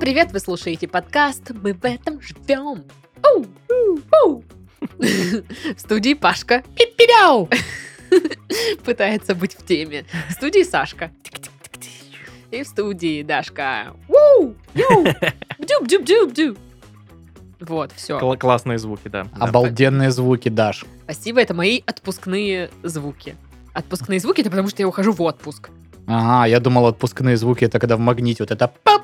Привет, вы слушаете подкаст «Мы в этом живем». В студии Пашка Пипиряу! пытается быть в теме. В студии Сашка. И в студии Дашка. Дюб-дюб-дюб-дюб. Вот, все. Кла- классные звуки, да. Да. Обалденные звуки, Даш. Спасибо, это мои отпускные звуки. Отпускные звуки это потому, что я ухожу в отпуск. Ага, я думал, отпускные звуки это когда в магните вот это пап.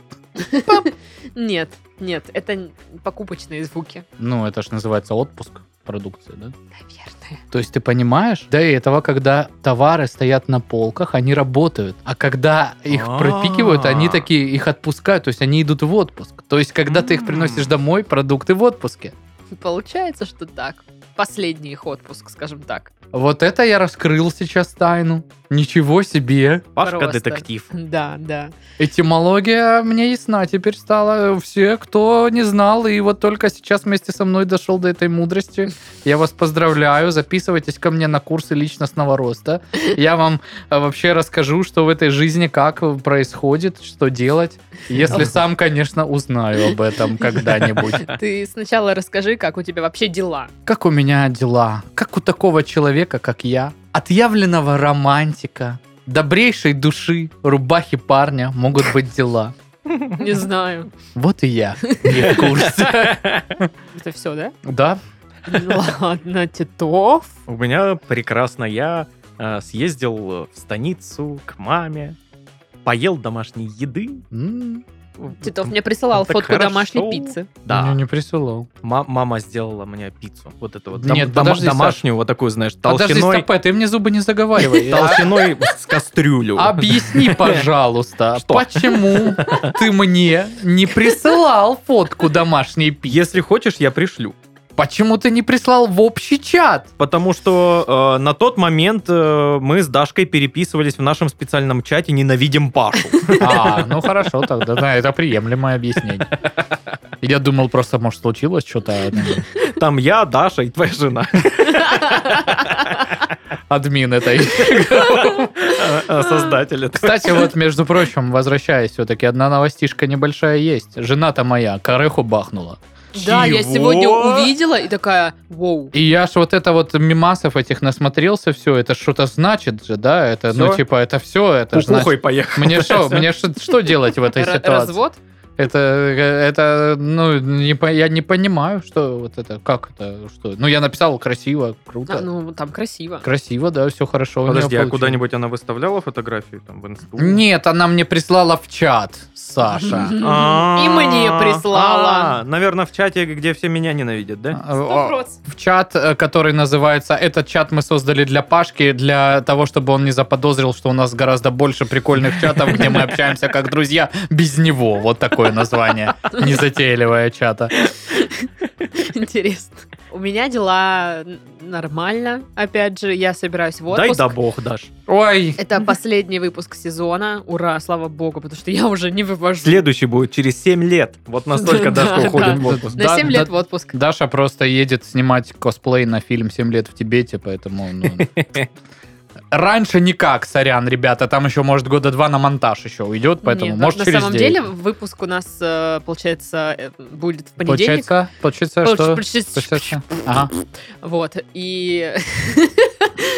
Нет, нет, это н- покупочные звуки. Ну, это ж называется отпуск продукции, да? Наверное. То есть ты понимаешь, до этого, когда товары стоят на полках, они работают. А когда их А. пропикивают, они такие, их отпускают, то есть они идут в отпуск. То есть, когда ты их М. приносишь домой, продукты в отпуске. Получается, что так. Последний их отпуск, скажем так. Вот это я раскрыл сейчас тайну. Ничего себе. Пашка Просто. детектив. Да, да. Этимология мне ясна теперь стала. Все, кто не знал и вот только сейчас вместе со мной дошел до этой мудрости, я вас поздравляю. Записывайтесь ко мне на курсы личностного роста. Я вам э, вообще расскажу, что в этой жизни как э, происходит, что делать. Если сам, конечно, узнаю об этом когда-нибудь. Ты сначала расскажи, как у тебя вообще дела. Как у меня дела? Как у такого человека, как я, отъявленного романтика, добрейшей души, рубахи парня могут быть дела? Не знаю. Вот и я не в курсе. Это все, да? Да, Ну Ладно, Титов. У меня прекрасно. Я э, съездил в станицу к маме, поел домашней еды. М, Титов мне присылал Так фотку хорошо. домашней пиццы. мне Да. не присылал. Ма- мама сделала мне пиццу. Вот эту вот. Нет, дом- подожди, домашнюю, вот такую, знаешь, Подожди, толщиной. стопэ, ты мне зубы не заговаривай. Толщиной с кастрюлю. А- Объясни, пожалуйста, Что? почему ты мне не присылал фотку домашней пиццы? Если хочешь, я пришлю. Почему ты не прислал в общий чат? Потому что э, на тот момент э, мы с Дашкой переписывались в нашем специальном чате «Ненавидим Пашу». А, ну хорошо тогда, да, это приемлемое объяснение. Я думал, просто, может, случилось что-то. Там я, Даша и твоя жена. Админ этой А, Э, э, Создатель этого. Кстати, вот, между прочим, возвращаясь все-таки, одна новостишка небольшая есть. Жена-то моя кореху бахнула. Да, я Чего? сегодня увидела и такая, вау. И я ж вот это вот мимасов этих насмотрелся, все, это ж что-то значит же, да? Это, ну, Всё? типа, это все, это ж Кукухой значит- поехал. Мне что, мне шо- что делать в этой Р- ситуации? Развод? Это, это, ну, не по- я не понимаю, что вот это, как это, что. Ну, я написал красиво, А, круто. Ну, там красиво. Красиво, да, все хорошо. у неё Подожди, а получилось. куда-нибудь она выставляла фотографию там в инсту? Нет, она мне прислала в чат, Саша. И А-а-а. мне прислала. А, Наверное, в чате, где все меня ненавидят, да? А, в чат, э, который называется «Этот чат мы создали для Пашки, для того, чтобы он не заподозрил, что у нас гораздо больше прикольных чатов, где мы общаемся как друзья без него». Вот такое название. Незатейливое чата. Интересно. У меня дела нормально. Опять же, я собираюсь в Дай отпуск. да бог, Даш. Ой, Это последний выпуск сезона. Ура, слава богу, потому что я уже не вывожу. Следующий будет через 7 лет. Вот настолько Да, Дашка да. уходит в отпуск. На Да, 7 да. лет в отпуск. Даша просто едет снимать косплей на фильм «Семь лет в Тибете», поэтому... ну. Раньше никак, сорян, ребята, там еще, может, года два на монтаж еще уйдет, поэтому, Нет, может, на через самом 9. деле выпуск у нас, э, получается, э, будет в понедельник. Получается, получается, что... Получается- Получается, ага. Вот, и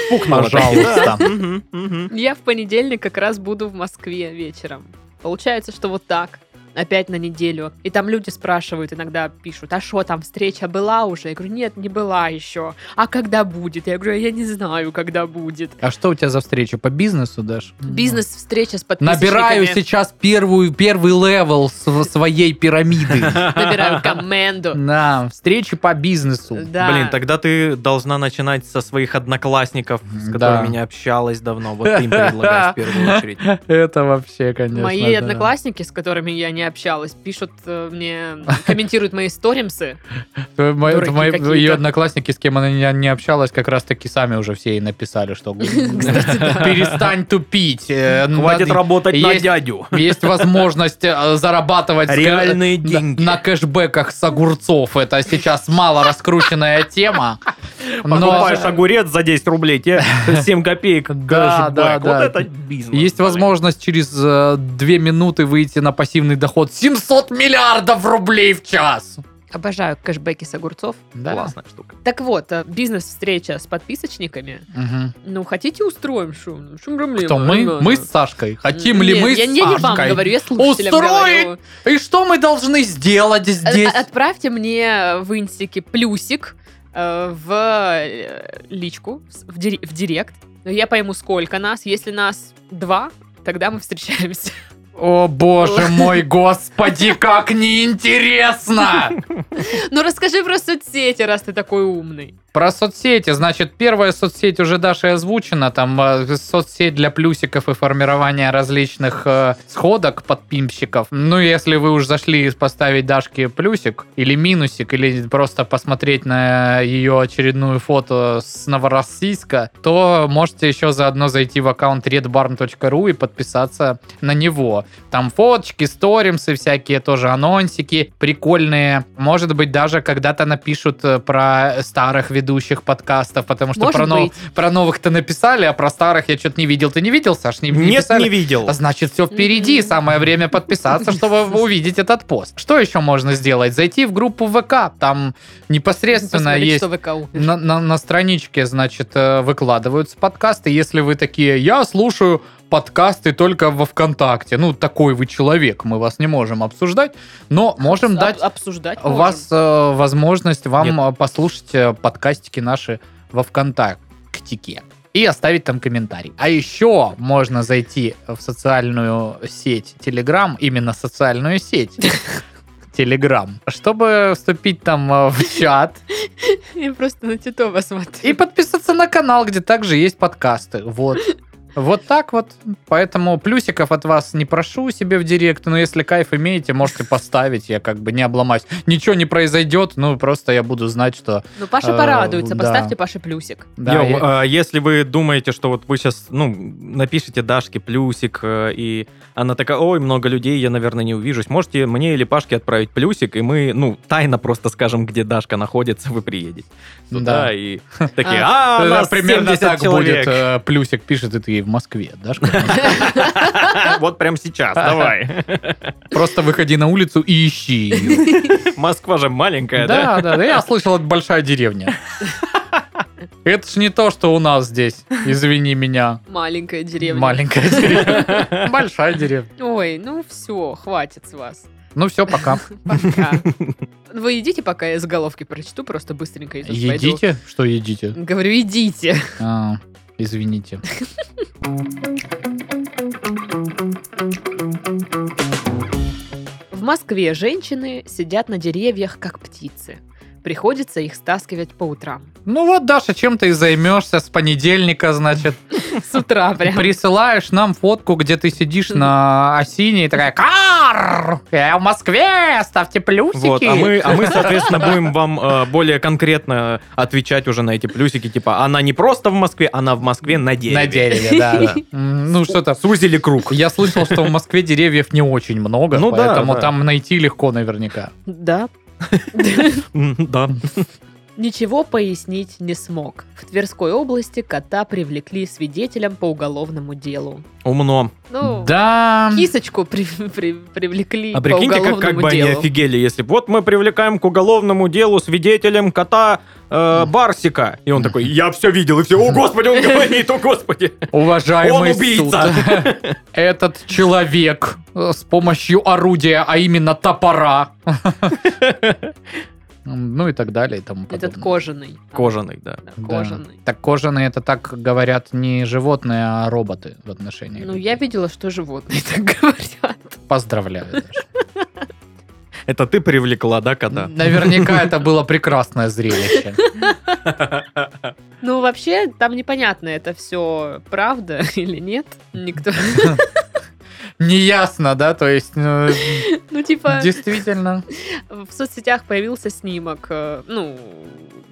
Пожалуйста. Да, мгм, мгм. я в понедельник как раз буду в Москве вечером. Получается, что вот так, опять на неделю. И там люди спрашивают, иногда пишут, а что там, встреча была уже? Я говорю, нет, не была еще. А когда будет? Я говорю, я не знаю, когда будет. А что у тебя за встреча по бизнесу, Даш? Бизнес-встреча с подписчиками. Набираю сейчас первую, первый левел св- своей пирамиды. Набираю команду. На встречи по бизнесу. Да. Блин, тогда ты должна начинать со своих одноклассников, с Да. которыми не общалась давно. Вот ты им предлагаешь в первую очередь. Это вообще, конечно. Мои да. одноклассники, с которыми я не общалась, пишут э, мне, комментируют мои сторимсы. Твои- мои- дураки мои- какие-то. Ее одноклассники, с кем она не, не общалась, как раз таки сами уже все ей написали, что перестань тупить. э, Ну, Хватит надо- работать на есть- дядю. Есть возможность э, зарабатывать с- Реальные на- деньги. на кэшбэках с огурцов. Это сейчас мало раскрученная тема. Но Покупаешь огурец за 10 рублей, тебе 7 копеек. Да, кэшбэк. да, да. Вот это бизнес. есть блин. возможность через э, две минуты выйти на пассивный доход 700 миллиардов рублей в час. Обожаю кэшбэки с огурцов. Да. Классная штука. Так вот, э, бизнес-встреча с подписочниками. Мгм. Ну, хотите, устроим шум? Ну, Шум громливый, Кто мы? ребята. Мы с Сашкой. Хотим ли ну, Нет, мы я, с не- я не вам Сашкой? говорю, я слушателям Устроить говорю. И что мы должны сделать Э, здесь? э, Отправьте мне э, в инстике плюсик э, в э, личку, в с- в, дире- в директ. Но я пойму, сколько нас. Если нас два, тогда мы встречаемся. О боже мой, господи, как неинтересно! Ну, расскажи про соцсети, раз ты такой умный. Про соцсети. Значит, первая соцсеть уже Даша озвучена. Там э, соцсеть для плюсиков и формирования различных э, сходок подпимщиков. Ну, если вы уж зашли поставить Дашке плюсик или минусик, или просто посмотреть на ее очередную фото с Новороссийска, то можете еще заодно зайти в аккаунт redbarn.ru и подписаться на него. Там фоточки, сторимсы, всякие тоже анонсики прикольные. Может быть, даже когда-то напишут э, про старых ведущих подкастов, потому что Может про, нов- быть. про новых-то написали, а про старых я что-то не видел. Ты не видел, Саш? Не, не Нет, писали? не видел. А Значит, все впереди, Мгм. самое время подписаться, чтобы увидеть этот пост. Что еще можно сделать? Зайти в группу ВК, там непосредственно Посмотри, есть что ВК у. на, на- на страничке, значит, э, выкладываются подкасты. Если вы такие, я слушаю подкасты только во ВКонтакте. Ну, такой вы человек, мы вас не можем обсуждать, но можем Об- дать обсуждать. у можем. вас э, возможность вам Нет. э, послушать э, подкастики наши во ВКонтактике и оставить там комментарий. А еще можно зайти в социальную сеть Telegram, именно социальную сеть Telegram, чтобы вступить там э, в чат Я просто на Титова и смотрю. подписаться на канал, где также есть подкасты. Вот. Вот так вот. Поэтому плюсиков от вас не прошу себе в директ, но если кайф имеете, можете поставить, я как бы не обломаюсь. Ничего не произойдет, ну просто я буду знать, что... Ну, Паша Э, порадуется. да. Поставьте Паше плюсик. Да, Йоу, я- а, если вы думаете, что вот вы сейчас, ну, напишите Дашке плюсик, э, и она такая, ой, много людей, я, наверное, не увижусь. Можете мне или Пашке отправить плюсик, и мы, ну, тайно просто скажем, где Дашка находится, вы приедете туда, Да. и такие, а, у Э, нас примерно 70 так будет. человек». э, Плюсик пишет, и ты ей в Москве, Дашка. Вот прям сейчас, давай. Просто выходи на улицу и ищи ее. Москва же маленькая, да? Да, да, да, я слышал, это большая деревня. Это ж не то, что у нас здесь, извини меня. Маленькая деревня. Маленькая деревня. Большая деревня. Ой, ну все, хватит с вас. Ну все, пока. Пока. Вы идите, пока я заголовки прочту, просто быстренько и тут пойду. Едите? Что едите? Говорю, идите. А, извините. В Москве женщины сидят на деревьях, как птицы. Приходится их стаскивать по утрам. Ну вот, Даша, чем ты и займешься с понедельника, значит. С утра прям. Присылаешь нам фотку, где ты сидишь на осине и такая «Кар! Я в Москве! Ставьте плюсики!» Вот, а мы, а мы, соответственно, будем вам э, более конкретно отвечать уже на эти плюсики, типа, она не просто в Москве, она в Москве на дереве. На дереве, да. да. М, Ну что-то... Сузили круг. Я слышал, что в Москве деревьев не очень много, Ну да, поэтому да. там найти легко наверняка. Да. М, Да. Ничего пояснить не смог. В Тверской области кота привлекли свидетелем по уголовному делу. Умно. Ну, да. кисочку при- при- привлекли А по прикиньте, как, уголовному как бы они делу. офигели, если б вот мы привлекаем к уголовному делу свидетелем кота э, Барсика. И он такой, я все видел, и все, о господи, он говорит, о господи. Он Уважаемый убийца. суд, этот человек э, с помощью орудия, а именно топора, ну и так далее и тому Этот подобное. кожаный. Кожаный, да. Да, Да. Кожаный. Так кожаные это так говорят не животные, а роботы в отношении. Ну, я видела, что животные так говорят. Поздравляю. Даша. Это ты привлекла, да, кота? Наверняка это было прекрасное зрелище. Ну, вообще, там непонятно, это все правда или нет. Никто. Неясно, да? То есть, э, Ну, типа, действительно. в соцсетях появился снимок, э, ну,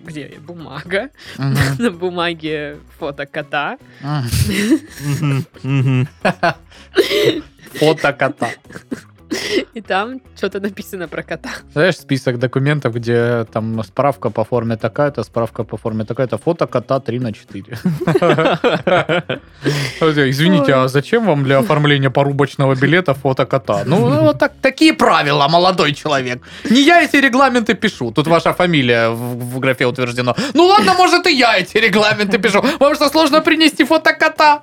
где бумага. Мгм. На бумаге фото кота. Мгм. Мгм, мгм. Фото кота. И там что-то написано про кота. Знаешь, список документов, где там справка по форме такая-то, справка по форме такая-то, фото кота 3 на 4. Извините, а зачем вам для оформления порубочного билета фото кота? Ну, ну, вот так, такие правила, молодой человек. Не я эти регламенты пишу. Тут ваша фамилия в, в графе утверждена. Ну ладно, может, и я эти регламенты пишу. Вам что, сложно принести фото кота?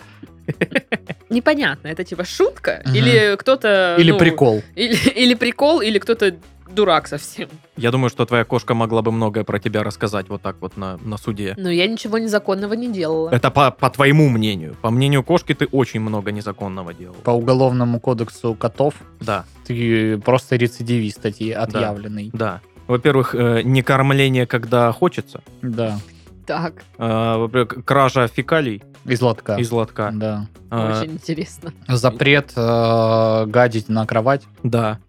Непонятно, это типа шутка Мгм. или кто-то... Или ну, прикол. Или, или прикол, или кто-то дурак совсем. Я думаю, что твоя кошка могла бы многое про тебя рассказать вот так вот на, на суде. Но я ничего незаконного не делала. Это по, по твоему мнению. По мнению кошки ты очень много незаконного делал. По уголовному кодексу котов Да, ты просто рецидивист статьи Да. отъявленный. да. Во-первых, э, не кормление, когда хочется. Да. Так, Э, во-первых, кража фекалий Из лотка. из лотка. Да. Э, очень интересно. Запрет э, гадить на кровать. Да.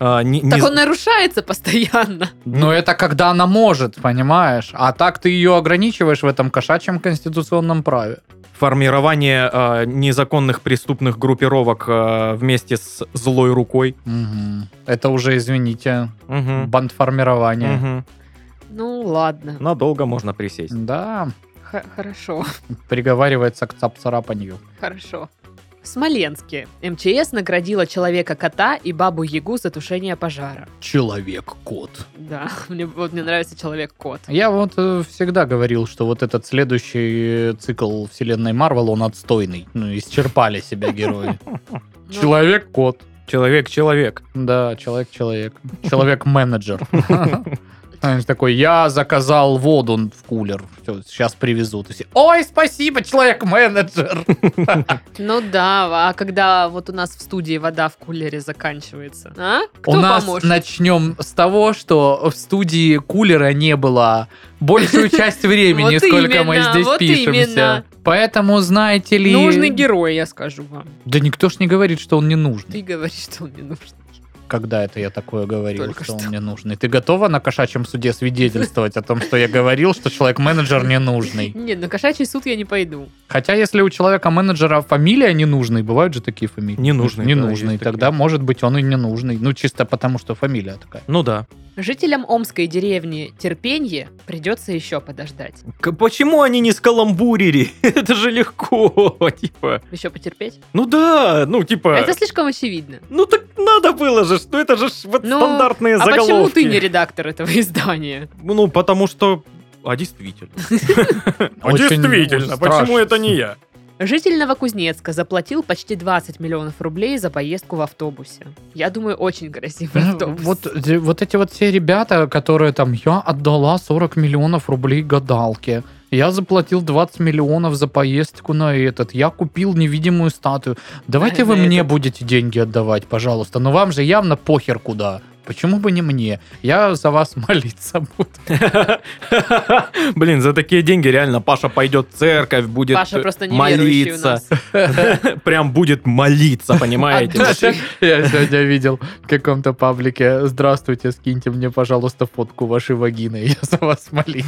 А, не- не Так з- он нарушается постоянно. Но это когда она может, понимаешь? А так ты ее ограничиваешь в этом кошачьем конституционном праве. Формирование а, незаконных преступных группировок а, вместе с злой рукой. Мгм. Это уже, извините, Мгм. бандформирование. Мгм. Ну, ладно. Надолго можно присесть. Да, Х- хорошо, приговаривается к цапцарапанью. хорошо. В Смоленске МЧС наградила человека-кота и бабу-ягу за тушение пожара. Человек-кот. Да, мне, вот мне нравится человек-кот. Я вот э, всегда говорил, что вот этот следующий э, цикл вселенной Марвел, он отстойный. Ну, исчерпали себя герои. Ну, Человек-кот. Человек-человек. Да, человек-человек. Человек-менеджер. Знаешь, Такой, я заказал воду в кулер. Сейчас привезут. И все, Ой, спасибо, человек-менеджер. Ну да, а когда вот у нас в студии вода в кулере заканчивается, а? Кто У нас поможет? начнем с того, что в студии кулера не было большую часть времени, Вот сколько мы именно, здесь вот пишемся. именно. Поэтому, знаете ли... Нужный герой, я скажу вам. Да никто ж не говорит, что он не нужный. Ты говоришь, что он не нужен. Когда это я такое говорил, Только что он что. не нужный? Ты готова на кошачьем суде свидетельствовать о том, что я говорил, что человек-менеджер не нужный? Нет, на кошачий суд я не пойду. Хотя, если у человека менеджера фамилия ненужный, бывают же такие фамилии. Ненужные, да, Ненужные. есть Тогда, может быть, он и ненужный. Ну, чисто потому, что фамилия такая. Ну да. Жителям омской деревни Терпенье придется еще подождать. К- Почему они не скаламбурили? Это же легко, типа. Еще потерпеть? Ну да, ну типа. Это слишком очевидно. Ну так надо было же, что это же ж вот Ну, стандартные А заголовки. почему ты не редактор этого издания? Ну потому что. А действительно. А Очень действительно, страшно. почему это не я? Житель Новокузнецка заплатил почти 20 миллионов рублей за поездку в автобусе. Я думаю, очень красивый Ну, автобус. Вот, э, вот эти вот все ребята, которые там, я отдала 40 миллионов рублей гадалке, я заплатил 20 миллионов за поездку на этот, я купил невидимую статую. Давайте На- вы на мне этот. будете деньги отдавать, пожалуйста, но вам же явно похер куда. Почему бы не мне? Я за вас молиться буду. Блин, за такие деньги реально Паша пойдет в церковь, будет Паша просто неверующий у молиться. нас. Прям будет молиться, От понимаете? души. Слушай. Я сегодня видел в каком-то паблике, здравствуйте, скиньте мне, пожалуйста, фотку вашей вагины, я за вас молюсь.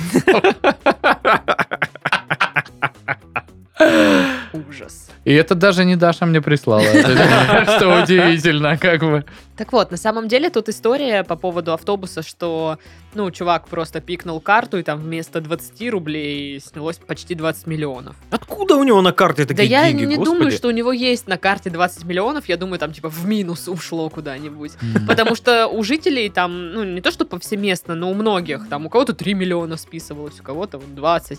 Ужас. И это даже не Даша мне прислала. Это, Что удивительно, как бы. Так вот, на самом деле тут история по поводу автобуса, что, ну, чувак просто пикнул карту, и там вместо 20 рублей снялось почти 20 миллионов. Откуда у него на карте Да такие я деньги, не господи? думаю, что у него есть на карте 20 миллионов, я думаю, там типа в минус ушло куда-нибудь. Потому что у жителей там, ну, не то что повсеместно, но у многих, там, у кого-то 3 миллиона списывалось, у кого-то вот 20.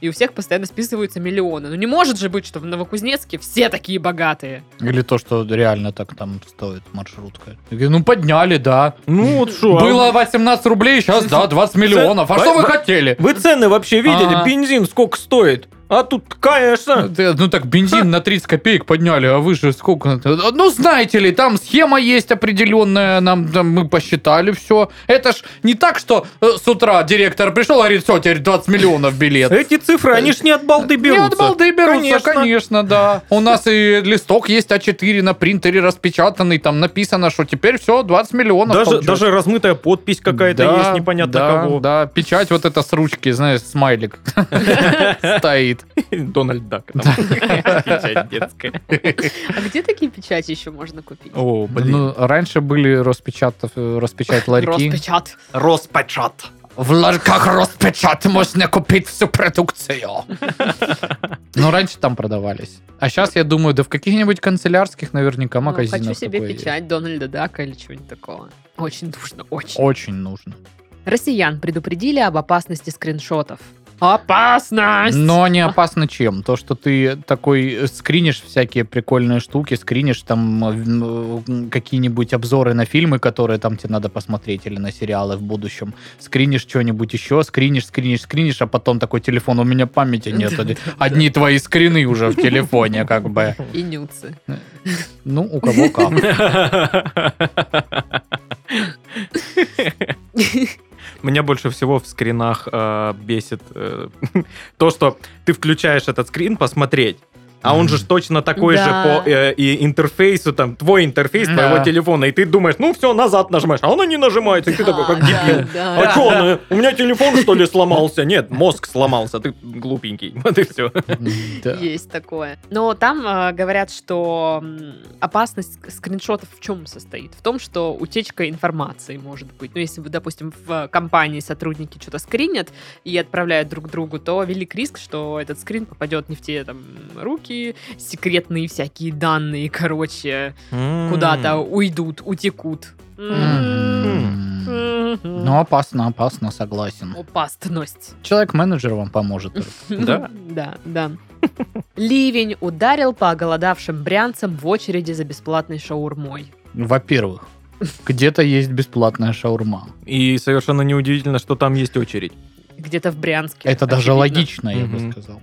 И у всех постоянно списываются миллионы. Ну, не может же быть, что в Новокузнецке все такие богатые. Или то, что реально так там стоит маршрутка. Я говорю, Ну, подняли, да. Ну вот что, а Было 18 рублей, сейчас, да, 20 миллионов. А Б- что вы б- хотели? Вы цены вообще видели? А. Бензин сколько стоит? А тут, конечно. Да, Ну так бензин на 30 копеек подняли, а вы же сколько? Ну знаете ли, там схема есть определенная, нам там мы посчитали все. Это ж не так, что э, с утра директор пришел и говорит, все, теперь 20 миллионов билет. Эти цифры, они ж не от балды Э, берутся. Не от балды берутся, Конечно. конечно. да. У нас и листок есть А4 на принтере распечатанный, там написано, что теперь все, 20 миллионов Даже, получилось. даже размытая подпись какая-то Да, есть, непонятно да, кого. Да, печать вот эта с ручки, знаешь, смайлик стоит. Дональд. Дональд Дак. там. Печать детская. А где такие печати еще можно купить? О, блин. Ну, раньше были распечатав, распечать ларьки. Роспечат. Роспечат. В ларьках распечат можно купить всю продукцию. Ну, раньше там продавались. А сейчас, я думаю, да в каких-нибудь канцелярских наверняка Ну, магазинах Хочу себе такое есть. печать Дональда Дака или чего-нибудь такого. Очень душно, очень. Очень нужно. Россиян предупредили об опасности скриншотов. Опасность! Но не опасно чем? То, что ты такой э, скринишь всякие прикольные штуки, скринишь там э, ну, какие-нибудь обзоры на фильмы, которые там тебе надо посмотреть, или на сериалы в будущем. Скринишь что-нибудь еще, скринишь, скринишь, скринишь, а потом такой телефон, у меня памяти нет. Од- Одни твои скрины уже в телефоне, как бы. И нюцы. Ну, у кого как. Меня больше всего в скринах э, бесит э, то, что ты включаешь этот скрин посмотреть, а он же ж точно такой же Да. по э, и интерфейсу, там, твой интерфейс Да. твоего телефона, и ты думаешь, ну все, назад нажимаешь, а оно не нажимается, и ты такой, как дебил. А Да, чё, оно- у меня телефон, что ли, сломался? Нет, мозг сломался, ты глупенький. Вот и все. Да. Есть такое. Но там э, говорят, что м, опасность ск- скриншотов в чем состоит? В том, что утечка информации может быть. Ну, если, вы, допустим, в э, компании сотрудники что-то скринят и отправляют друг другу, то велик риск, что этот скрин попадет не в те там руки, секретные всякие данные, короче, куда-то уйдут, утекут. М-м-м. М. Ну, опасно, опасно, согласен. Опасность. Человек-менеджер вам поможет. только. Да? Да, да. Ливень ударил по оголодавшим брянцам в очереди за бесплатной шаурмой. Во-первых, где-то есть бесплатная шаурма. И совершенно неудивительно, что там есть очередь. Где-то в Брянске. Это даже очевидно. логично, я бы Мгм. сказал.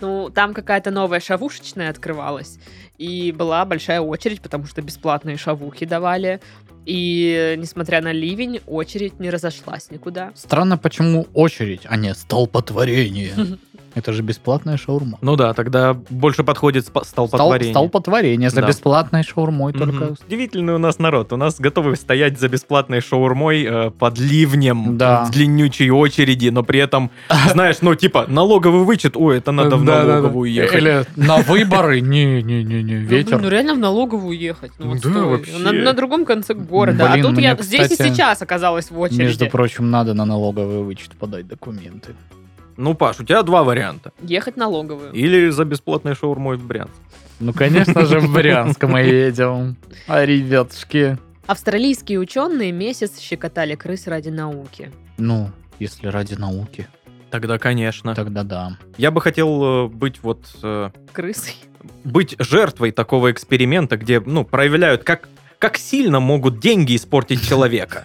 Ну, там какая-то новая шавушечная открывалась. И была большая очередь, потому что бесплатные шавухи давали. И, э, несмотря на ливень, очередь не разошлась никуда. Странно, почему очередь, а не столпотворение. Мгм. Это же бесплатная шаурма. Ну да, тогда больше подходит спа- Стол- столпотворение. Столпотворение за Да. бесплатной шаурмой Мгм. только. Удивительный у нас народ. У нас готовы стоять за бесплатной шаурмой э, под ливнем Да. в длиннючей очереди, но при этом, знаешь, ну типа налоговый вычет, ой, это надо в налоговую ехать. Э, Или на выборы. Не-не-не, Ну, блин, ну ветер. реально в налоговую ехать. Ну, вот Да, стой. вообще. На, на другом конце города. Блин, а тут мне, я здесь и кстати, сейчас оказалась в очереди. Между прочим, надо на налоговый вычет подать документы. Ну, Паш, у тебя два варианта. Ехать налоговую. Или за бесплатной шаурмой в Брянск. Ну, конечно же, в Брянск мы едем. А, ребятушки. Австралийские ученые месяц щекотали крыс ради науки. Ну, если ради науки, Тогда, конечно. тогда да. Я бы хотел э, быть вот э, Крысы. быть жертвой такого эксперимента, где, ну, проявляют, как, как сильно могут деньги испортить человека.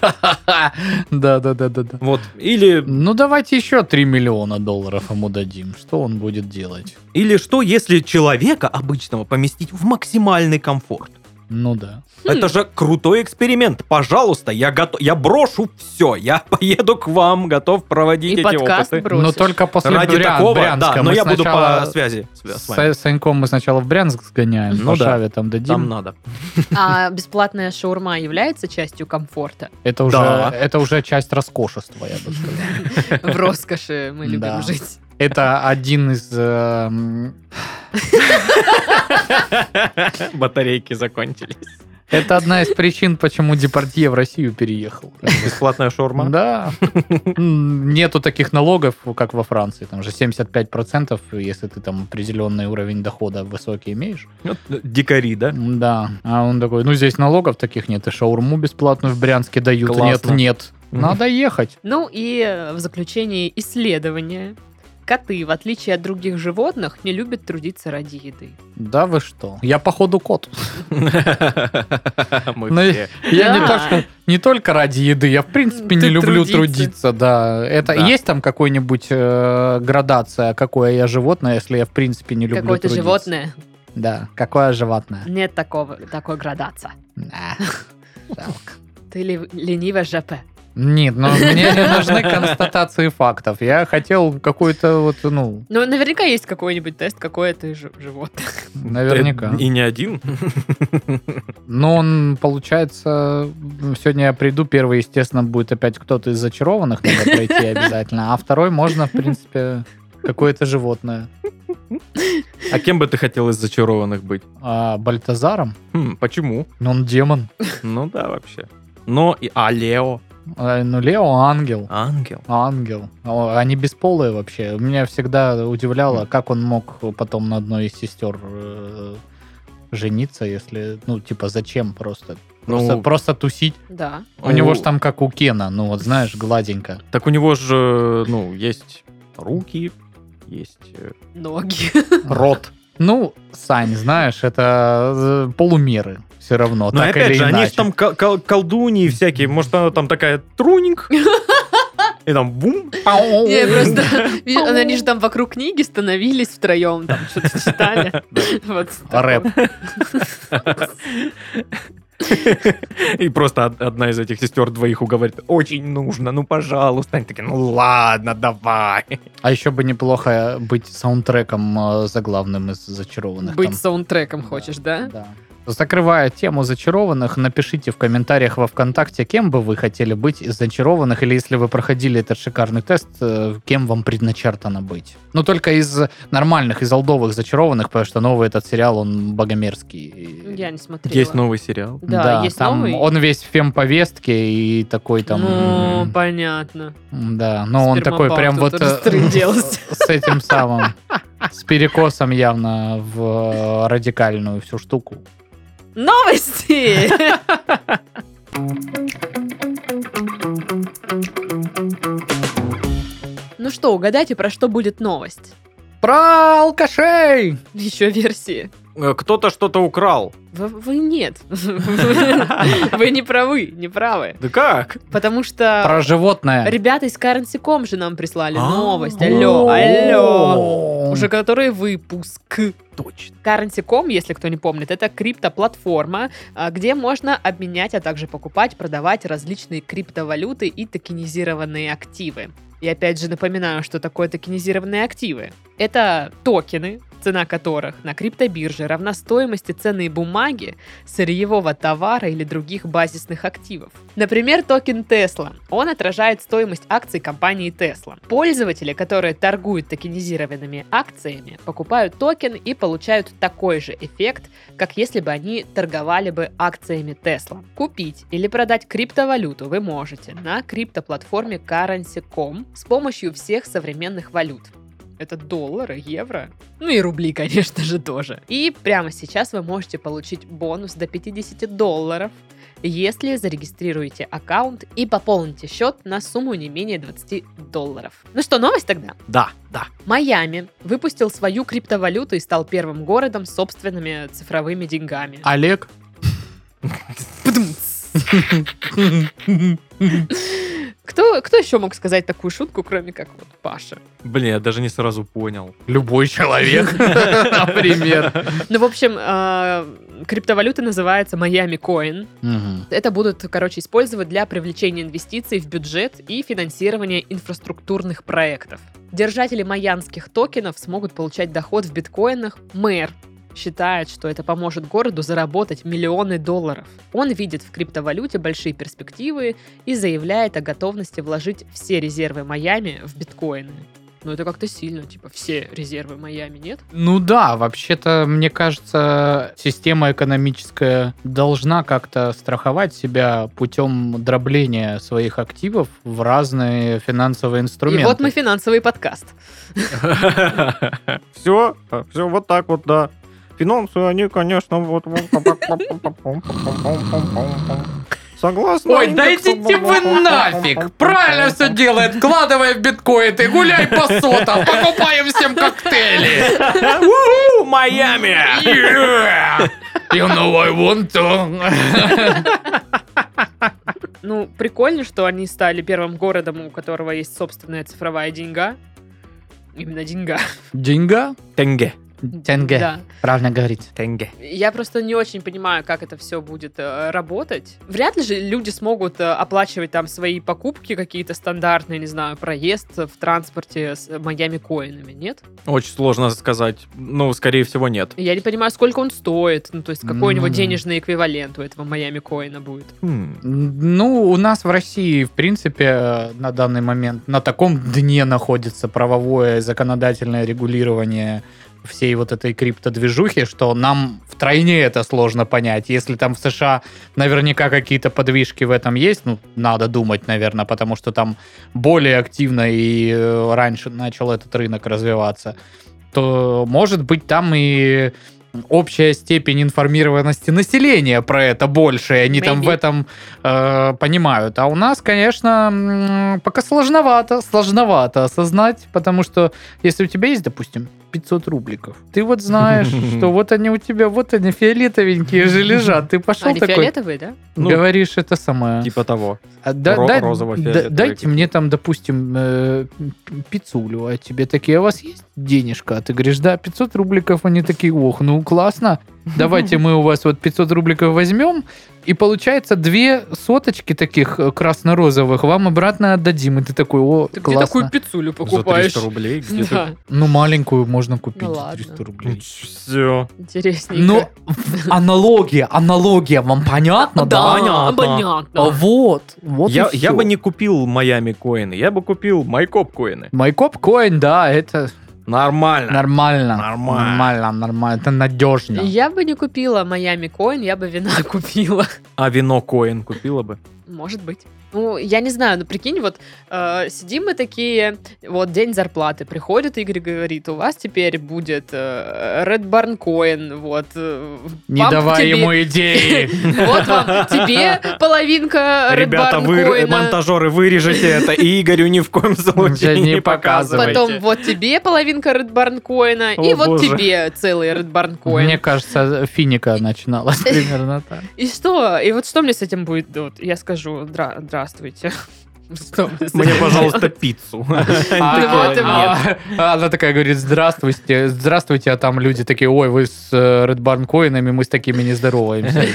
Да-да-да-да-да. Вот. Или, Ну, давайте еще 3 миллиона долларов ему дадим. Что он будет делать? или что, если человека обычного поместить в максимальный комфорт? Ну да. Это же крутой эксперимент. Пожалуйста, я готов, я брошу все, я поеду к вам, готов проводить И эти подкаст опыты. бросишь. Но только после Ради Бря- такого, Брянска. да, но Мы я буду сначала по связи с, с вами. С Саньком мы сначала в Брянск сгоняем, Ну по да. Шаве там дадим. Там надо. А бесплатная шаурма является частью комфорта? Это, уже, Да. это уже часть роскошества, я бы сказал. В роскоши мы Да. любим жить. Это один из... эм, Батарейки закончились. Это одна из причин, почему Депардье в Россию переехал. Бесплатная шаурма. Да. М, Нету таких налогов, как во Франции. Там же 75%, если ты там определенный уровень дохода высокий имеешь. Вот Дикари, да? Да. А он такой, ну здесь налогов таких нет, и шаурму бесплатную в Брянске дают. Нет, Классно. нет. Надо ехать. Ну и э, в заключении исследования. Коты, в отличие от других животных, не любят трудиться ради еды. Да вы что? Я походу кот. Мы Ну, все. Я Да. не, то, что- не только ради еды, я в принципе не Ты люблю трудиться. трудиться, да. Это Да. есть там какой-нибудь э, градация, какое я животное, если я в принципе не люблю Какое-то трудиться? животное. Да, какое животное. Нет такого, такой градации. Да. Жалко. Ты ли, ленивая ЖП. Нет, но мне не нужны констатации фактов. Я хотел какой-то вот, ну, Ну, наверняка есть какой-нибудь тест, какое ты жи- животное. наверняка. И не один. Но он, получается, сегодня я приду, первый, естественно, будет опять кто-то из зачарованных, надо пройти обязательно, а второй можно, в принципе, какое-то животное. А кем бы ты хотел из зачарованных быть? А, Бальтазаром? Хм, почему? Ну, он демон. Ну да, вообще. Но и... А Лео? А, Ну, Лео ангел. Ангел? Ангел. О, Они бесполые вообще. Меня всегда удивляло, как он мог потом на одной из сестер э, жениться, если, ну, типа, зачем просто? Просто, Ну, просто тусить. Да. У него же там как у Кена, ну вот знаешь, гладенько. Так у него же, ну, есть руки, есть... э, Ноги. Рот. Ну, Сань, знаешь, это э, полумеры все равно, Ну, и так опять или же, иначе. они же там кол- кол- колдуньи всякие. Может, она там такая трунинг? И там бум. Ау. Не, просто... видишь, Они же там вокруг книги становились втроем, там что-то читали. Вот такое. Рэп. И просто од- одна из этих сестер двоих уговорит. Очень нужно, ну, пожалуйста. Они такие, ну, ладно, давай. А еще бы неплохо быть саундтреком э, заглавным из зачарованных. Быть а? там. саундтреком хочешь, да? Да. Закрывая тему зачарованных, напишите в комментариях во ВКонтакте, кем бы вы хотели быть из зачарованных, или если вы проходили этот шикарный тест, э, кем вам предначертано быть. Но только из нормальных, из олдовых зачарованных, потому что новый этот сериал, он богомерзкий. Я не смотрела. Есть новый сериал. Да, есть там новый. он весь в фемповестке и такой там... Ну, М-м-м. м, понятно. Да, но он такой Спермобанк тут прям вот... э, растрынделся. С этим самым. С перекосом явно в э, радикальную всю штуку. Новости! Ну что, угадайте, про что будет новость? Про алкашей! Еще версии. Э, Кто-то что-то украл. Вы, вы нет. Вы не правы, не правы. Да как? Потому что Про животное. ребята из Currency.com же нам прислали А, новость. О, Алло, алло. Уже Уже который выпуск. Точно. Currency.com, если кто не помнит, это криптоплатформа, а, где можно обменять, а также покупать, продавать различные криптовалюты и токенизированные активы. И опять же напоминаю, что такое токенизированные активы. Это токены, цена которых на криптобирже равна стоимости ценной бумаги, сырьевого товара или других базисных активов. Например, токен Tesla. Он отражает стоимость акций компании Tesla. Пользователи, которые торгуют токенизированными акциями, покупают токен и получают такой же эффект, как если бы они торговали бы акциями Tesla. Купить или продать криптовалюту вы можете на криптоплатформе Currency.com с помощью всех современных валют. Это доллары, евро, ну и рубли, конечно же, тоже. И прямо сейчас вы можете получить бонус до 50 долларов, если зарегистрируете аккаунт и пополните счет на сумму не менее 20 долларов. Ну что, новость тогда? Да, да. Майами выпустил свою криптовалюту и стал первым городом с собственными цифровыми деньгами. Олег. Кто, кто еще мог сказать такую шутку, кроме как вот Паша? Блин, я даже не сразу понял. Любой человек, например. Ну, в общем, э, криптовалюта называется Майами Coin. Мгм. Это будут, короче, использовать для привлечения инвестиций в бюджет и финансирования инфраструктурных проектов. Держатели майянских токенов смогут получать доход в биткоинах. Мэр считает, что это поможет городу заработать миллионы долларов. Он видит в криптовалюте большие перспективы и заявляет о готовности вложить все резервы Майами в биткоины. Ну, это как-то сильно, типа, все резервы Майами, нет? Ну да, вообще-то, мне кажется, система экономическая должна как-то страховать себя путем дробления своих активов в разные финансовые инструменты. И вот мы финансовый подкаст. Все, все э, вот так вот, да. Финансы, они, конечно, вот... Согласна. Ой, да идите типа вы нафиг! Правильно все делает, вкладывай в биткоин и гуляй по сотам, покупаем всем коктейли! У-у, Майами! Yeah! You know I want to. Ну, прикольно, что они стали первым городом, у которого есть собственная цифровая деньга. Именно деньга. Деньга? Тенге. Тенге. Да. Правильно говорить. Тенге. Я просто не очень понимаю, как это все будет э, работать. Вряд ли же люди смогут э, оплачивать там свои покупки какие-то стандартные, не знаю, проезд в транспорте с Майами коинами, нет? Очень сложно сказать. Ну, скорее всего, нет. Я не понимаю, сколько он стоит. Ну, то есть, какой у него М. денежный эквивалент у этого Майами коина будет. Хм. Ну, у нас в России, в принципе, э, на данный момент на таком дне находится правовое законодательное регулирование всей вот этой криптодвижухи, что нам втройне это сложно понять. Если там в США наверняка какие-то подвижки в этом есть, ну, надо думать, наверное, потому что там более активно и э, раньше начал этот рынок развиваться, то, может быть, там и общая степень информированности населения про это больше, и они там Maybe. в этом э, понимают. А у нас, конечно, м, пока сложновато, сложновато осознать, потому что если у тебя есть, допустим, 500 рубликов, ты вот знаешь, что вот они у тебя, вот они фиолетовенькие же лежат, ты пошел Они такой, фиолетовые, да? Ну, говоришь это самое. Типа того. А, да- Ро- да- розово-фиолетовые да- дайте мне там, допустим, э, п- пиццулю, а тебе такие, а у вас есть денежка? А ты говоришь, да, 500 рубликов. Они такие, ох, ну классно, давайте мы у вас вот 500 рубликов возьмем, и получается две соточки таких э, красно-розовых вам обратно отдадим. И ты такой, о, Ты где классно. такую пиццулю За покупаешь? 300 рублей. где ты- Да, Ну, маленькую можно купить Ну, за ладно. 300 типа, рублей. Все. интересненько. Ну, аналогия, аналогия, вам Ну, понятно, да? понятно. А понятно. Вот, вот Я и я всё. бы не купил Майами коины, я бы купил Майкоп коины. Майкоп Коин, да, это Нормально. Нормально. Нормально. Нормально, нормально. Это надежно. Я бы не купила Майами Коин, я бы вина купила. А вино коин купила бы. Может быть. Ну, я не знаю, ну прикинь, вот э, сидим мы такие, вот день зарплаты приходит, Игорь говорит, у вас теперь будет э, Red Barn Coin, вот. э, Не вам к давай тебе- ему идеи. Вот вам, тебе половинка Red Ребята, Barn вы, Coin-а, монтажеры, вырежете это, и Игорю ни в коем случае не не показывайте. Потом вот тебе половинка Red Barn Coin-а, О, и вот боже. тебе целый Red Barn Coin. Мне кажется, финика начиналась примерно так. И что? И вот что мне с этим будет? Вот я скажу, «Дра- здравствуйте. Что мне с Мне, этим пожалуйста, пиццу. А, вот и а, а, Она такая говорит, здравствуйте, здравствуйте, а там люди такие, ой, вы с э, Red Barn коинами, мы с такими не здороваемся. И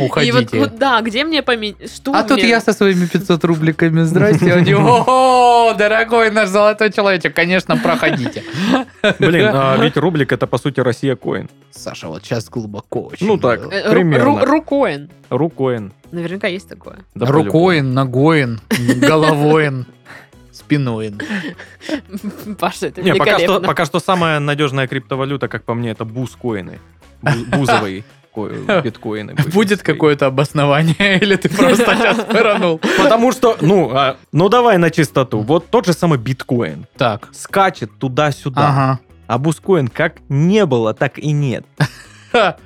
вот, Уходите. вот, да, где мне поменять? Что А тут мне? я со своими 500 рубликами, здрасте, они, о, дорогой наш золотой человечек, конечно, проходите. Блин, а ведь рублик это по сути Россия коин. Саша, вот сейчас глубоко очень. Ну так, было. Э, ру- примерно. ру- Рукоин. Ру коин. Наверняка есть такое. Да по-любому. Рукоин, ногоин, головоин, спиноин. Паша, это Не, пока что, великолепно. пока что самая надежная криптовалюта, как по мне, это буз коины. Бу- Бузовые ко- биткоины. были. Будет какое-то обоснование, или ты просто сейчас пыранул? Потому что, ну, а, ну давай на чистоту. Вот тот же самый биткоин Так. скачет туда-сюда. Ага. А бузкоин как не было, так и нет. Ха.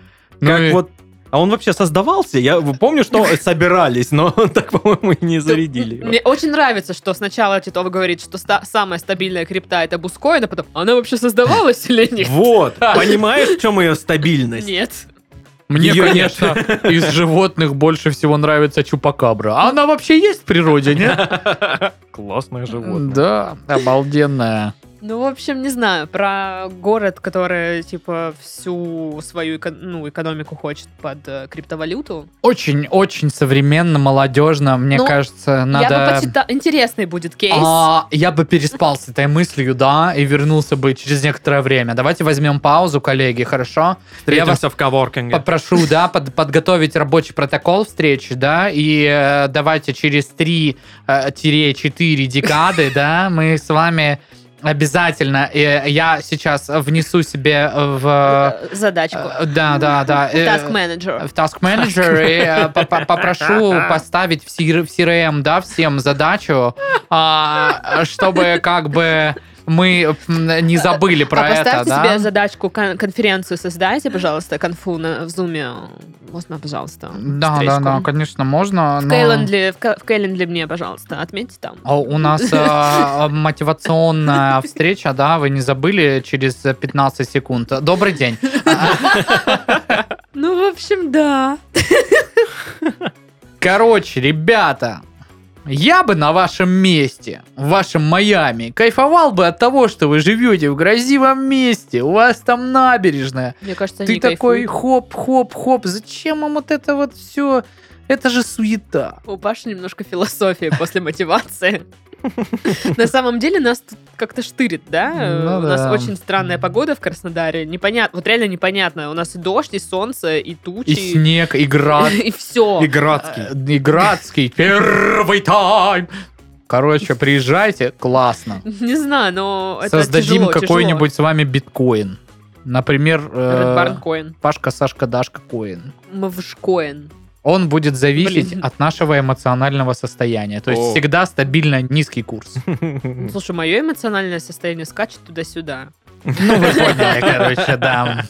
Ну Как и- вот а он вообще создавался? Я помню, что собирались, но так, по-моему, и не зарядили. его. Мне очень нравится, что сначала Титов говорит, что ста- самая стабильная крипта это бускоин, а потом она вообще создавалась или нет? Вот, понимаешь, в чем ее стабильность? Нет. Мне, Её конечно, из животных больше всего нравится чупакабра. А она вообще есть в природе, нет? Классное животное. Да, обалденная. Ну, в общем, не знаю, про город, который, типа, всю свою эко- ну, экономику хочет под э, криптовалюту. Очень-очень современно, молодежно, мне Ну, кажется, надо... Я бы почитала. Интересный будет кейс. А, я бы переспал с этой мыслью, да, и вернулся бы через некоторое время. Давайте возьмем паузу, коллеги, хорошо? Я вас Встретимся в коворкинге. попрошу, да, под- подготовить рабочий протокол встречи, да, и э, давайте через 3-4 декады, да, мы с вами обязательно, э, я сейчас внесу себе в... Э, Задачку. э, Да, да, да. э, Task manager. в Task Manager и э, по- по- попрошу поставить в CR в CRM, да, всем задачу, а, чтобы как бы мы м, не забыли про а это, поставьте себе да? задачку, кон- конференцию создайте, пожалуйста, конфу на, в зуме. Можно, пожалуйста, Да, да, встречку. да, конечно, можно. В но- Кэйлендли- в Ка- в Кэйлендли мне, пожалуйста, отметьте там. А У нас э, мотивационная встреча, да, вы не забыли через 15 секунд. Добрый день. Ну, в общем, да. Короче, ребята, я бы на вашем месте, в вашем Майами, кайфовал бы от того, что вы живете в красивом месте, у вас там набережная. Мне кажется, Ты они такой кайфуют. хоп-хоп-хоп, зачем вам вот это вот все? Это же суета. У Паши немножко философия после мотивации. На самом деле нас тут как-то штырит, да? Ну У нас да. очень странная погода в Краснодаре. Непонятно, вот реально непонятно. У нас и дождь, и солнце, и И тучи, снег, и град. и все. И Градский. э, И градский. Первый тайм. Короче, приезжайте, классно. Не знаю, но Ну, это Создадим тяжело, тяжело. какой-нибудь с вами биткоин. Например, э, Red Barn Coin. Пашка, Сашка, Дашка, Коин. Мвшкоин. Он будет зависеть Блин. от нашего эмоционального состояния. То есть О. всегда стабильно низкий курс. Ну, Слушай, мое эмоциональное состояние скачет туда-сюда. Ну, вы поняли, короче, да.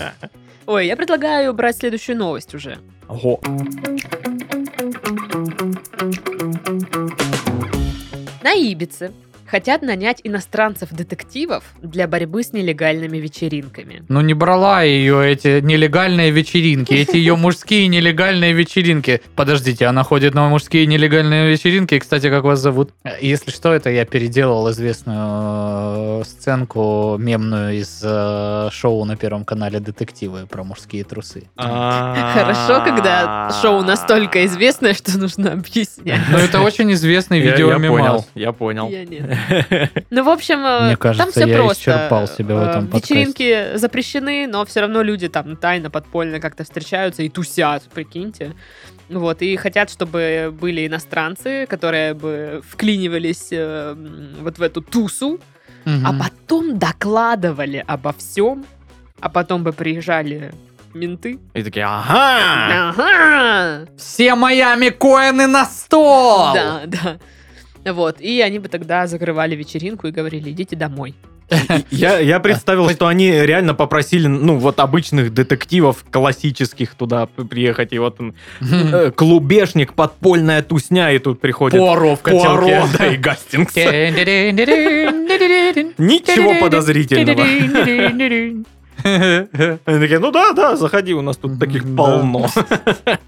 Ой, я предлагаю брать следующую новость уже. Ого. На Ибице хотят нанять иностранцев-детективов для борьбы с нелегальными вечеринками. Ну, не брала ее эти нелегальные вечеринки, эти ее мужские нелегальные вечеринки. Подождите, она ходит на мужские нелегальные вечеринки. Кстати, как вас зовут? Э, Если что, это я переделал известную э, сценку мемную из э, шоу на Первом канале «Детективы» про мужские трусы. А. Хорошо, Хорошо, когда шоу настолько известное, что нужно объяснять. Но Ну, это очень известный Я видеомемал. понял, я понял. Я нет. Ну, в общем, э, Мне там кажется, все я просто. исчерпал себя в Э, этом подкасте. Вечеринки запрещены, но все равно люди там тайно, подпольно как-то встречаются и тусят, прикиньте. Вот, и хотят, чтобы были иностранцы, которые бы вклинивались э, м, вот в эту тусу, Мгм. а потом докладывали обо всем, а потом бы приезжали менты. И такие, ага! Ага! Все Майами коины на стол! Да, да. Вот, и они бы тогда закрывали вечеринку и говорили, идите домой. Я, я представил, что они реально попросили, ну, вот обычных детективов классических туда п- приехать, и вот он, э, клубешник, подпольная тусня, и тут приходит Пуаро в Пуаро, котелке. да, и Гастингс. Э, Ничего Ничего подозрительного. Они такие, ну да, да, заходи, у нас тут таких М, да. полно.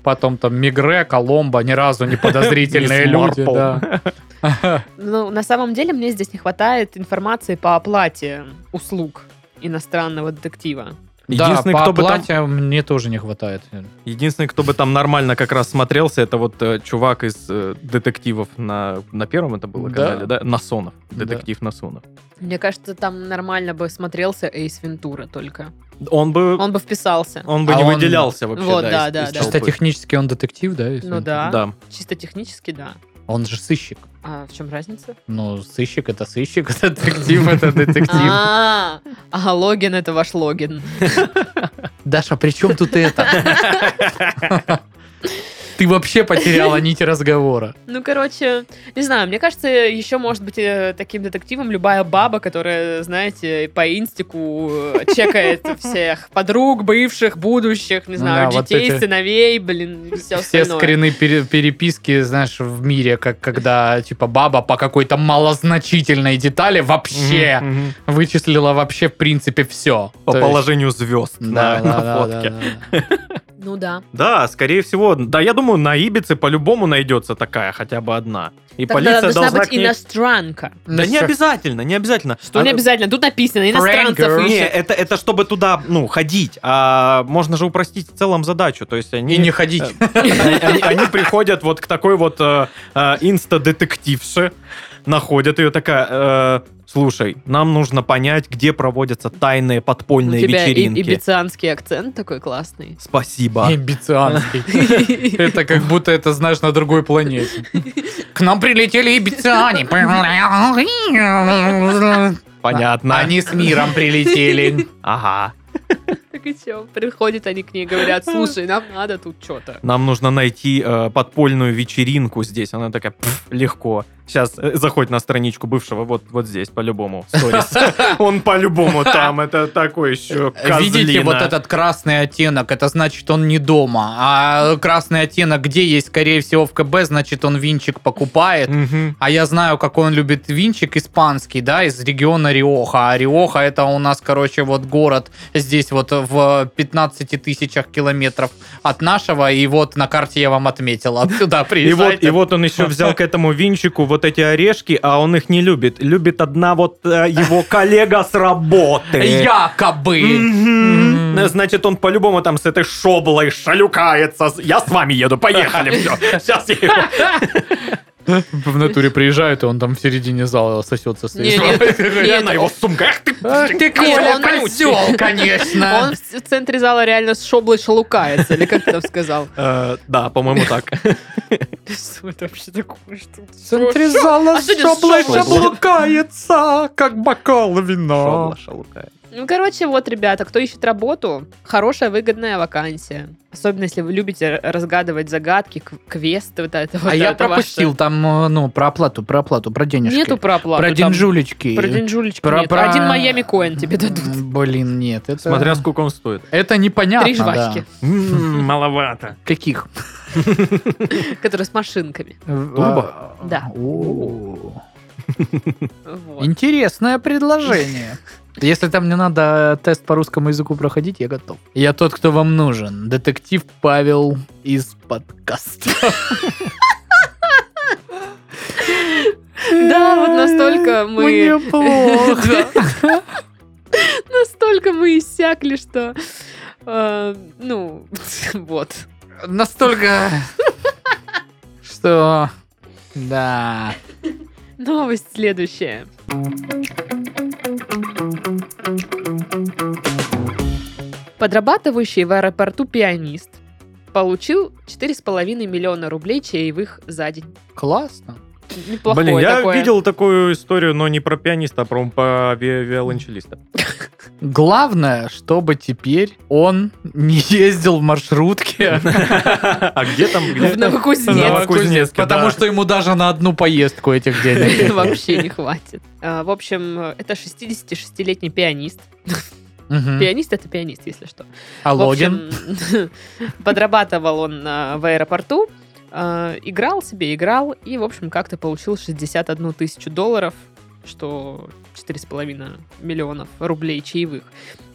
Потом там Мигре, Коломбо, ни разу не подозрительные Мисс люди. Марпл. да. Ну, на самом деле, мне здесь не хватает информации по оплате услуг иностранного детектива. Да, Единственный, кто по бы там- оплате мне тоже не хватает. Единственный, кто бы там нормально как раз смотрелся, это вот э, чувак из э, детективов на, на первом это было Да. канале, да? Насонов. Да. Детектив Насонов. Мне кажется, там нормально бы смотрелся Эйс Вентура только. Он бы, он, Он бы вписался. бы А не он- выделялся вообще, Вот, да, да, из, да, из да. Чисто толпы. технически он детектив, да? если- Ну да. Да. Чисто технически, да. Он же сыщик. А в чем разница? Ну, сыщик это сыщик, это детектив, это детектив. А, а Логин это ваш Логин. Даша, при чем тут это? Ты вообще потеряла нить разговора. Ну, короче, не знаю, мне кажется, еще может быть э, таким детективом любая баба, которая, знаете, по инстику э, чекает всех подруг, бывших, будущих, не знаю, Ну Да, вот детей, эти- сыновей, блин, и все Все остальное. скрины пере- переписки, знаешь, в мире, как когда, типа, баба по какой-то малозначительной детали вообще Мгм, мгм. вычислила вообще, в принципе, все. По положению звезд на, на Да, да, да, фотке. да, Ну да. Да, скорее всего. Да, я думаю, на Ибице по-любому найдется такая хотя бы одна. И Тогда полиция должна должна быть к ней- иностранка. А, да. Да не обязательно, не обязательно. Что не Она- обязательно, тут написано, иностранцев Фрэнк, Не, ищет. это, это чтобы туда, ну, ходить. А можно же упростить в целом задачу. То есть они... И не ходить. Они, они- они приходят вот к такой вот э, э, инста-детективше, находят ее такая... э, Слушай, нам нужно понять, где проводятся тайные У подпольные тебя и- вечеринки. ибицианский акцент такой классный. Спасибо. Ибицианский. Это как будто это, знаешь, на другой планете. К нам прилетели ибициане. Понятно. Они с миром прилетели. Ага. Так и чё? Приходят они к ней и говорят, слушай, нам надо тут что-то. Нам нужно найти э, подпольную вечеринку здесь. Она такая, «Пф, легко. Сейчас э, заходь на страничку бывшего, вот, вот здесь, по-любому. Stories. Он по-любому там, это такой еще Видите козлина. вот этот красный оттенок, это значит он не дома. А красный оттенок где есть, скорее всего, в КБ, значит он винчик покупает. Мгм. А я знаю, какой он любит винчик испанский, да, из региона Риоха. А Риоха это у нас, короче, вот город здесь вот в 15 тысячах километров от нашего. И вот на карте я вам отметил, отсюда И вот, приезжайте. и вот он еще взял к этому винчику вот эти орешки, а он их не любит. Любит одна вот э, его коллега с э, работы. Якобы. Э, Мгм. Э, Мгм. Значит, он по-любому там с этой шоблой шалюкается. Я с вами еду, поехали, все. Сейчас я его В натуре приезжает, и он там в середине зала сосется с Не, не, И Нет, она его сумка. Ах ты, Ах ты, Коля, Коля, козел, конечно. Он в в центре зала реально с шоблой шелукается, или как ты там сказал? Э, Да, по-моему, так. Что это вообще такое? Что- Шо- Центризала А что это с шоблой? шаблукается, как бокал вина. Шалука. Ну, короче, вот, ребята, кто ищет работу, хорошая выгодная вакансия. Особенно, если вы любите разгадывать загадки, к- квесты вот это вот А я это ваше. пропустил там, э, ну, про оплату, про оплату, про денежки. Нету про оплату. про там. деньжулечки. Про деньжулечки Про- нет. а про- Один Майами Коин тебе дадут. М, Блин, нет. Это... Смотря сколько он стоит. Это непонятно, Три жвачки, да. М, Маловато. Каких? которые с машинками. Турбо? Да. О. Вот. Интересное предложение. Если там не надо тест по русскому языку проходить, я готов. Я тот, кто вам нужен. Детектив Павел из подкаста. Да, вот настолько мы- Мне плохо. Настолько мы иссякли, что... э, Ну, вот. Настолько... Что... Да. Новость следующая. Подрабатывающий в аэропорту пианист получил 4,5 миллиона рублей чаевых за день. Классно. Неплохое Блин, я такое. видел такую историю, но не про пианиста, а про по ви- виолончелиста. Главное, чтобы теперь он не ездил в маршрутке. А где там? В где? Новокузнецке. В Новокузнецке, Потому да. что ему даже на одну поездку этих денег. Вообще не хватит. А, В общем, это 66-летний пианист. Мгм. Пианист это пианист, если что. А В Логин? общем, Подрабатывал он а, в аэропорту, а, играл себе, играл, и, в общем, как-то получил 61 тысячу долларов, что 4,5 миллионов рублей чаевых.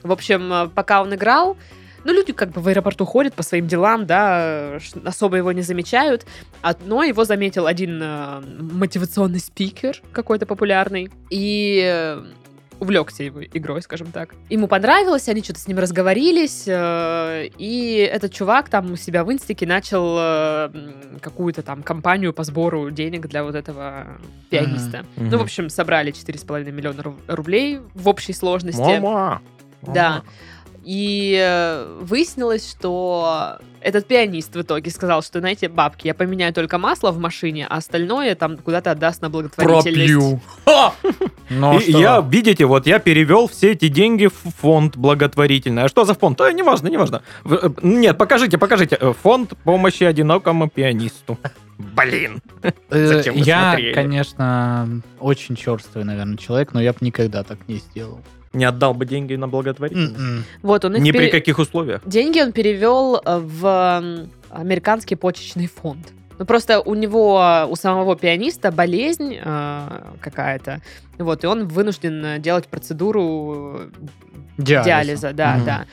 В общем, а, пока он играл, ну, люди как бы в аэропорту ходят по своим делам, да, э, ш- особо его не замечают, а- но его заметил один а, мотивационный спикер какой-то популярный, и э, увлекся его игрой, скажем так. Ему понравилось, они что-то с ним разговорились, э, и этот чувак там у себя в инстике начал э, м, какую-то там компанию по сбору денег для вот этого пианиста. Ну, в общем, собрали 4,5 миллиона ру- рублей в общей сложности. Мама. Да. И э, выяснилось, что этот пианист в итоге сказал, что, знаете, бабки, я поменяю только масло в машине, а остальное там куда-то отдаст на благотворительность. Пропью. Ха! Ну, а И что? я, видите, вот я перевел все эти деньги в фонд благотворительный. А что за фонд? А, неважно, неважно. В- э, Нет, покажите, покажите. Э, Фонд помощи одинокому пианисту. Блин. Э, зачем вы Я, смотрели? конечно, очень черствый, наверное, человек, но я бы никогда так не сделал. Не отдал бы деньги на благотворительность. М-м. Вот он их Ни при пере- каких условиях. Деньги он перевел э, в м, американский почечный фонд. Ну, просто у него, э, у самого пианиста болезнь э, какая-то, вот, и он вынужден э, делать процедуру э, Диализа. диализа, да, Мгм. да.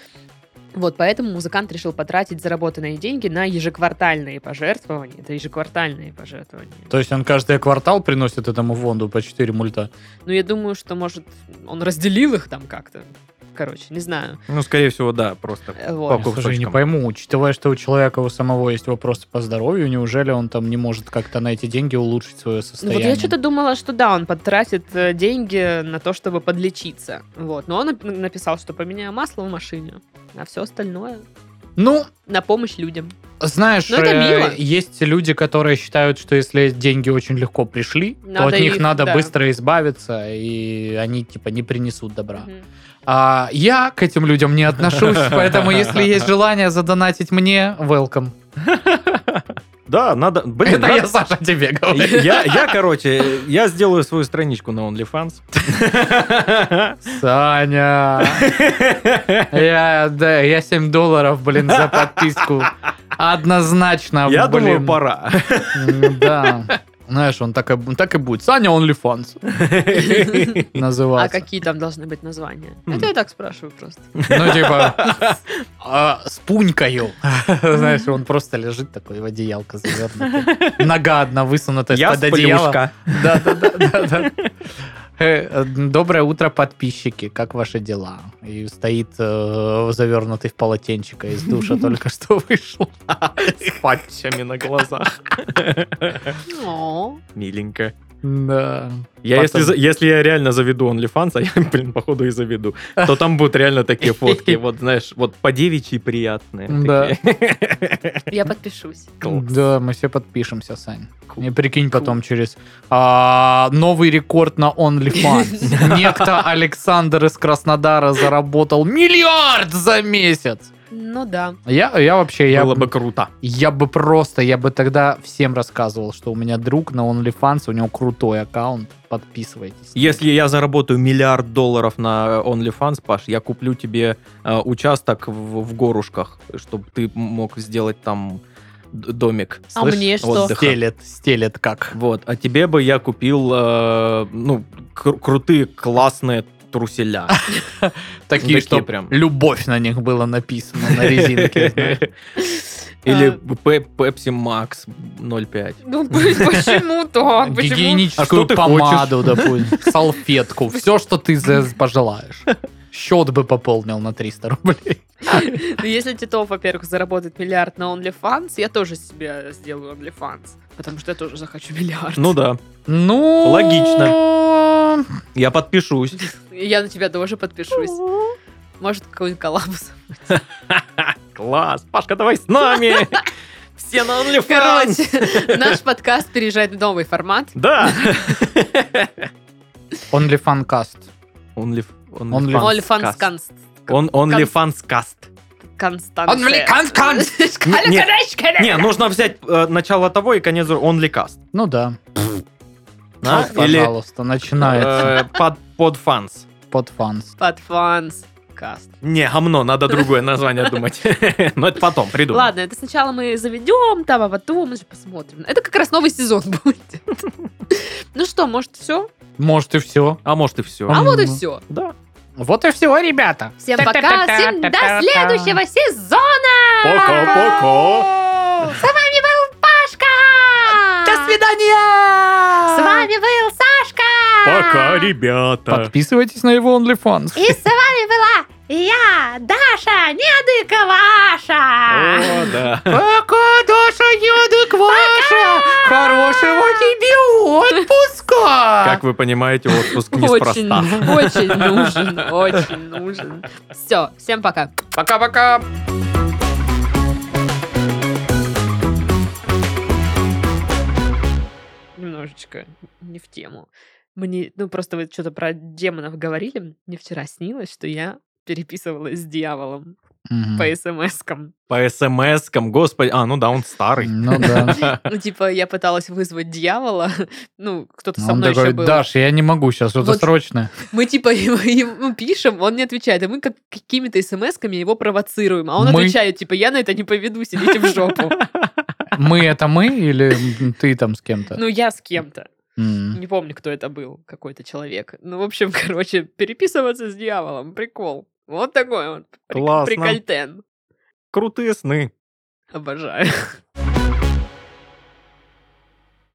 Вот, поэтому музыкант решил потратить заработанные деньги на ежеквартальные пожертвования. Это ежеквартальные пожертвования. То есть он каждый квартал приносит этому фонду по 4 мульта. Ну, я думаю, что, может, он разделил их там как-то. Короче, не знаю. Ну, скорее всего, да, просто. Э, Вот. По Слушай, не кусочкам. пойму, учитывая, что у человека у самого есть вопросы по здоровью, неужели он там не может как-то на эти деньги улучшить свое Ну, состояние? вот я что-то думала, что да, он потратит э, деньги на то, чтобы подлечиться. Вот. Но он нап- написал, что поменяю масло в машине, а все остальное Ну, на помощь людям. знаешь, Ну, это э, мило. есть люди, которые считают, что если деньги очень легко пришли, то Надо от них их, надо да. быстро избавиться, и они типа не принесут добра. Мгм. А я к этим людям не отношусь, поэтому если есть желание задонатить мне, welcome. Да, надо... Блин, Это надо- я, Саша, тебе говорю. Я, я, короче, я сделаю свою страничку на OnlyFans. Саня, я, да, я 7 долларов, блин, за подписку. Однозначно, Я А, блин. думаю, пора. М, Да. Знаешь, он так и, он так и будет. Саня OnlyFans А называться. какие там должны быть названия? Хм. Это я так спрашиваю просто. Ну, типа, а, с пунькою. Знаешь, он просто лежит такой в одеялко завернутый. Нога одна высунута Я из-под с одеяла. плюшка. Да, да, да, да, да. Э, э, Доброе утро, подписчики. Как ваши дела? И стоит э, завернутый в полотенчика из душа только что вышел. С патчами на глазах. О, Миленько. Да. Я если, Потом. за- если я реально заведу OnlyFans, а я, блин, походу и заведу, то там будут реально такие фотки, вот, знаешь, вот по девичьи приятные. Да. такие. Я подпишусь. Класс. Да, мы все подпишемся, Сань. И прикинь Кул. потом через а, новый рекорд на OnlyFans. Некто Александр из Краснодара заработал миллиард за месяц. Ну да. Я, я вообще, я, Было бы круто. я бы просто, я бы тогда всем рассказывал, что у меня друг на OnlyFans, у него крутой аккаунт, подписывайтесь. Если я заработаю миллиард долларов на э, OnlyFans, Паш, я куплю тебе э, участок в, в горушках, чтобы ты мог сделать там д- домик. А мне что? отдыха. Стелет, стелет как. Вот, а тебе бы я купил, э, ну, кру- крутые, классные труселя. Такие, Такие что прям. любовь на них было написано на резинке. знаешь. Или А. Пе- Pepsi Max 0,5. Ну блин, почему так? Почему? А что Гигиеническую ты помаду, допустим, салфетку, все, что ты за- пожелаешь. Счет бы пополнил на 300 рублей. Ну, Если Титов, во-первых, заработает миллиард на OnlyFans, я тоже себе сделаю OnlyFans. Потому что я тоже захочу миллиард. Ну да, Ну... Логично. я подпишусь. Я на тебя тоже подпишусь. Может, какой-нибудь коллапс. Класс, Пашка, давай с нами! Все на OnlyFans! Короче, наш подкаст переезжает в новый формат. Да! OnlyFancast. Only- Only- OnlyFans OnlyFans конст. Он- OnlyFans-каст. Констанция. OnlyFans-канст. Констанция. Не, нужно взять э, начало того и конец OnlyCast. Ну да. А? Вот, Или А. Пожалуйста, начинается э, под подфанс. под фанс. Подфанс каст. Не, гомно, надо другое название думать. Но это потом, придумаем. Ладно, это сначала мы заведем там, а потом уже посмотрим. Это как раз новый сезон будет. Ну что, может, все? Может и все. А может и все. А вот и Ну. все. Да. Вот и все, ребята. Всем пока, всем до следующего сезона! Пока-пока. С вами был Пашка! С свидания! вами был Сашка! А. Пока, ребята. Подписывайтесь на его OnlyFans. И с вами была я, Даша Недыковаша! О, да. Пока, Даша, едык ваша! Хорошего тебе отпуска! А. Как вы понимаете, отпуск Очень, неспроста. очень нужен, очень нужен. Все, всем пока. Пока-пока! немножечко не в тему. Мне, ну, просто вы что-то про демонов говорили. Мне вчера снилось, что я переписывалась с дьяволом по смс-кам. По смс-кам, господи. А, ну да, он старый. Ну да. Ну, типа, я пыталась вызвать дьявола. Ну, кто-то со Он мной такой, еще был. Даш, я не могу сейчас, это Вот. срочно. Мы, типа, ему- ему пишем, он не отвечает. А мы как какими-то смс-ками его провоцируем. А он Мы? отвечает, типа, я на это не поведусь, идите в жопу. Мы это мы или ты там с кем-то? Ну, я с кем-то. М. Не помню, кто это был, какой-то человек. Ну, в общем, короче, переписываться с дьяволом. Прикол. Вот такой вот. прик- Классно. Прикольтен. Крутые сны. Обожаю.